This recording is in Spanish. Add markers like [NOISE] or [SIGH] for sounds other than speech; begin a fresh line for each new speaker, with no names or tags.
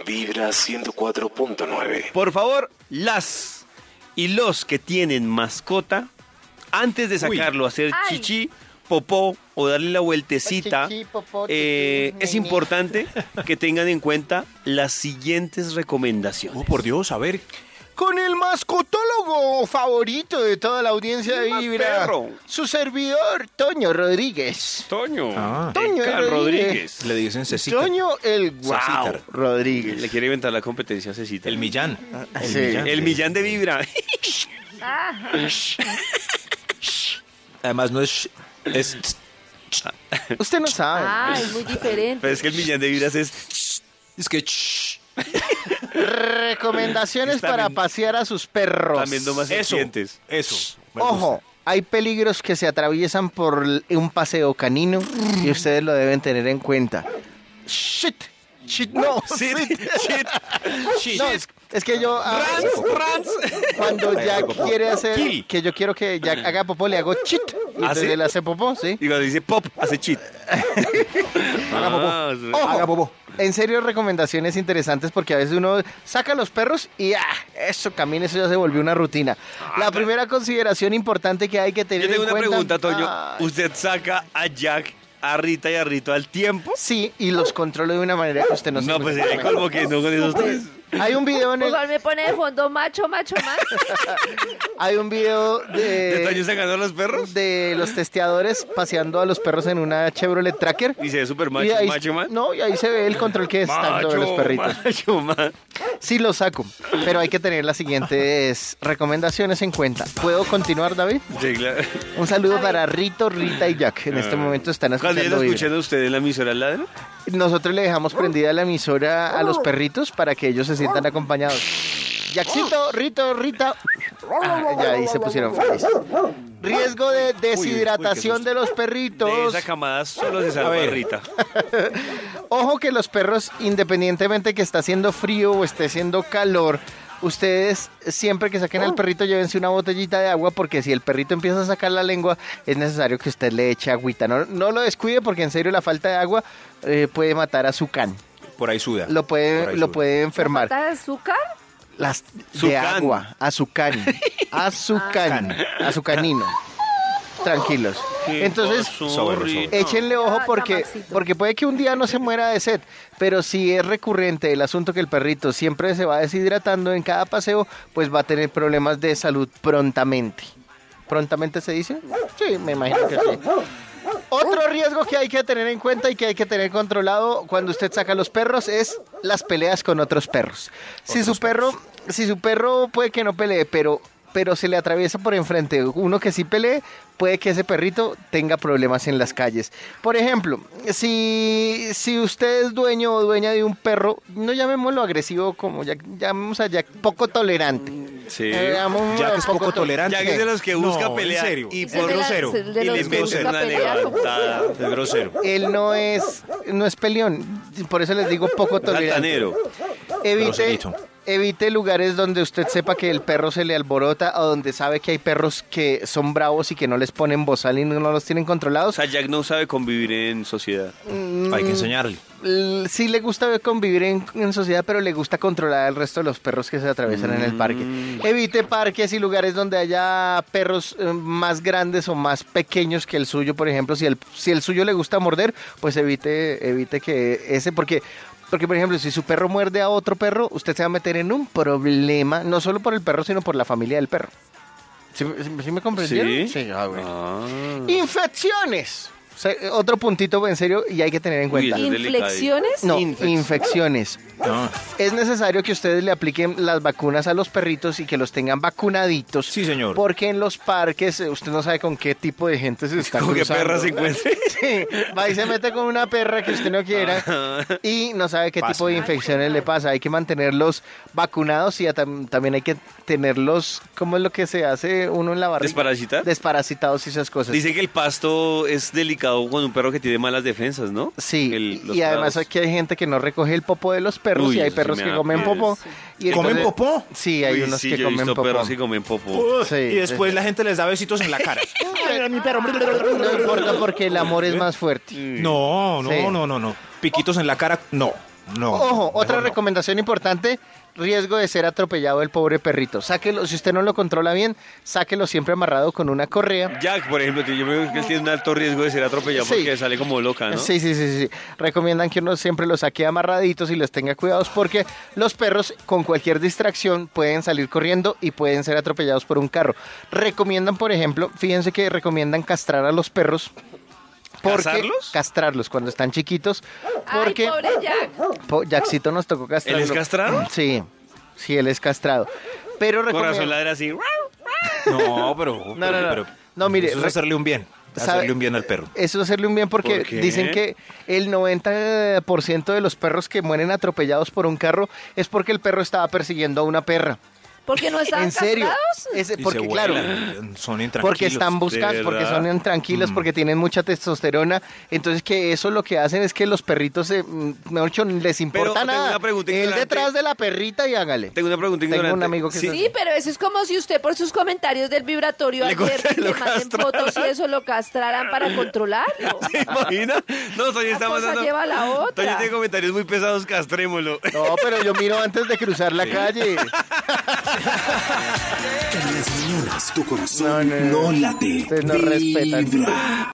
Vibra 104.9.
Por favor, las y los que tienen mascota, antes de sacarlo a hacer
Ay.
chichi, popó o darle la vueltecita,
Chichi, popó,
eh,
chichi,
es
nene.
importante que tengan en cuenta las siguientes recomendaciones.
Oh, por Dios, a ver.
Con el mascotólogo favorito de toda la audiencia de
más
Vibra,
perro.
su servidor, Toño Rodríguez.
Toño.
Ah.
Toño
Edgar Eh, Rodríguez.
Le dicen Cecita.
Toño el guau
Sacitar.
Rodríguez.
Le quiere inventar la competencia a Cecita.
El Millán. El
Sí.
Millán.
El Millán de Vibra.
Ah,
Además no es... es
Usted no sabe.
ah, es muy
[LAUGHS]
diferente.
[LAUGHS] Pero es que el Millán de Vibra es...
es que... ch-
Recomendaciones
Está
para
bien.
pasear a sus perros.
También no más
Eso.
serpientes.
Eso. me gusta.
Ojo, hay peligros que se atraviesan por l- un paseo canino y ustedes lo deben tener en cuenta. Shit. Shit, no.
[LAUGHS] Sí,
shit.
shit.
No, es, es que yo ah,
Rans.
cuando Jack quiere hacer
Kill.
que yo quiero que Jack haga popó le hago chit y
¿Ah,
entonces
sí?
él hace popó, sí.
Y cuando dice pop, hace cheat. Ah, es-
Ojo,
Haga popó.
En serio, recomendaciones interesantes porque a veces uno saca a los perros y ah, eso camina, eso ya se volvió una rutina. La primera consideración importante que hay que
Ah,
tener
Yo tengo
en
una
cuenta-
pregunta, Toño.
Ay,
¿Usted saca a Jack, a Rita y a Rito al tiempo?
sí, y los controlo de una manera que usted no, se
No, pues
imagina.
sería como que no con esos tres.
Hay un video en el,
Igual me pone de fondo macho, macho, macho.
hay un video
¿De Toño
de
sacando a los perros?
Eh, de los testeadores paseando a los perros en una Chevrolet Tracker.
Y se ve super
Y
macho,
ahí-
macho, man.
No, y ahí se ve el control que está dando de los perritos.
macho, man.
Sí lo saco, pero hay que tener las siguientes recomendaciones en cuenta. ¿Puedo continuar, David?
Sí, claro.
Un saludo para Rito, Rita y Jack. En este momento están
Cuando yo lo
escuchando.
escuché
Vibra.
de usted en la emisora ladra,
Nosotros le dejamos prendida la emisora a los perritos para que ellos se sientan acompañados. Jackcito, Rito, Rita. Ah, ya ahí se pusieron felices. Riesgo de deshidratación de los
de
perritos.
esa camada solo se
A
salva
ver.
Rita.
Ojo que los perros, independientemente que está haciendo frío o esté haciendo calor, ustedes siempre que saquen al perrito llévense una botellita de agua porque si el perrito empieza a sacar la lengua es necesario que usted le eche agüita. No, no lo descuide porque en serio la falta de agua eh, puede matar a su can.
Por ahí suda.
Lo
Por
puede,
ahí
lo
suda.
puede enfermar.
¿Falta de azúcar?
Las
Su
de
can.
agua, a su can, a su can, a su canino. Tranquilos. Entonces, Échenle ojo
Ah,
porque,
Maxito.
porque puede que un día no se muera de sed, pero si es recurrente el asunto que el perrito siempre se va deshidratando en cada paseo, pues va a tener problemas de salud prontamente. ¿Prontamente se dice? Sí, me imagino que sí. Otro riesgo que hay que tener en cuenta y que hay que tener controlado cuando usted saca a los perros es las peleas con otros perros. Si su perro, si su perro puede que no pelee, pero pero se le atraviesa por enfrente uno que sí pelee, puede que ese perrito tenga problemas en las calles. Por ejemplo, si, si usted es dueño o dueña de un perro, no llamémoslo agresivo como ya, llamemos a Jack poco tolerante.
Sí.
Eh, llamémoslo
Jack es poco
to-
tolerante.
Jack es de los que busca
No,
pelear
en serio.
y
Es
por
de la-
grosero.
es de
y
los
le
que
meten
busca
una
pelear, como-
levantada.
Es grosero.
Él no es, no es peleón, por eso les digo poco tolerante.
Platanero.
Evite,
Groserito.
evite lugares donde usted sepa que el perro se le alborota o donde sabe que hay perros que son bravos y que no les ponen bozal y no los tienen
O
controlados.
sea, Jack no sabe convivir en sociedad.
Hay que enseñarle.
L- Sí le gusta convivir en, en sociedad, pero le gusta controlar al resto de los perros que se atraviesan en el parque.
Mm.
Evite parques y lugares donde haya perros eh, más grandes o más pequeños que el suyo, por ejemplo. Si el, si el suyo le gusta morder, pues evite, evite que ese, porque... Porque, por ejemplo, si su perro muerde a otro perro, usted se va a meter en un problema, no solo por el perro, sino por la familia del perro. ¿Sí, sí- sí me comprendieron?
¿Sí?
ah, bueno.
Ah.
Infecciones. O sea, otro puntito en serio y hay que tener en
Uy,
cuenta.
eso es delicadito.
¿Inflexiones?
No,
Infec-
infecciones.
No.
Es necesario que ustedes le apliquen las vacunas a los perritos y que los tengan vacunaditos.
Sí, señor.
Porque en los parques eh, usted no sabe con qué tipo de gente se
[LAUGHS]
está
Con qué
cruzando.
perra se encuentre.
[LAUGHS] Sí, va y se mete con una perra que usted no quiera y no sabe qué
Pasa.
tipo de infecciones le pasa. Hay que mantenerlos vacunados y a tam- también hay que tenerlos, ¿cómo es lo que se hace uno en la barriga?
¿Desparasitar?
Desparasitados y esas cosas.
Dicen que el pasto es delicado con un perro que tiene malas defensas, ¿no?
Sí,
El- los
y además
prados.
aquí hay gente que no recoge el popó de los perros
Uy,
y hay
eso sí
perros
me
que
da
comen
piedras.
popó. Y
¿Comen
entonces-
popó?
Sí, hay
Uy,
unos
sí,
que
yo he
comen
visto
popó.
perros que comen popó.
Uy,
Sí,
y después la gente les da besitos en la
[LAUGHS]
cara.
No
¿Eh? Mm.
importa porque el amor es más fuerte.
No, no,
Sí.
no, no, no. Piquitos en la cara, no. No.
Ojo,
mejor
otra
no.
recomendación importante, riesgo de ser atropellado el pobre perrito. Sáquelo, si usted no lo controla bien, sáquelo siempre amarrado con una correa.
Jack, por ejemplo, que yo veo que él tiene un alto riesgo de ser atropellado
Sí.
porque sale como loca, Ah, ¿no?
Sí, sí, sí, sí. Recomiendan que uno siempre los saque amarraditos y les tenga cuidados porque los perros con cualquier distracción pueden salir corriendo y pueden ser atropellados por un carro. Recomiendan, por ejemplo, fíjense que recomiendan castrar a los perros. Porque
¿Casarlos?
Castrarlos cuando están chiquitos. Porque
Ay, pobre Jack.
po- Jackcito nos tocó
¿Él
castrarlo.
es castrado?
Sí, sí, él es castrado. Pero
Con razón
recomiendan...
ladra así.
No, pero. No,
no, no. No, mire,
Eso es
re-
hacerle un bien.
¿Sabe?
Hacerle un bien al perro.
Eso es hacerle un bien porque
¿Por qué?
dicen que el 90% de los perros que mueren atropellados por un carro es porque el perro estaba persiguiendo a una perra.
¿Por qué no estaban
¿En serio?
castrados?
Ese-
Y
porque
se
claro,
vuelan, Son intranquilos.
porque están
¿de
buscando, porque
verdad? Mm.
son intranquilos, porque tienen mucha testosterona, entonces que eso lo que hacen es que los perritos se, mm, mejor dicho, les importa
tengo
nada.
una pregunta
Él
ignorante.
detrás de la perrita y hágale.
Tengo una pregunta
Tengo un
ignorante.
amigo que
Sí.
se-
Sí, pero eso es como si usted por sus comentarios del vibratorio
Le
ayer
cortan,
que
lo
le manden
castraran.
fotos y eso lo castraran para controlarlo.
[LAUGHS] ¿Te imaginas? No, Toño
Una
está
cosa
mandando.
lleva a la otra.
Toño tiene comentarios muy pesados, castrémoslo.
[LAUGHS] No, pero yo miro antes de cruzar la calle.
En las mañanas tu corazón no, late.
Ustedes no respetan.
Vibra.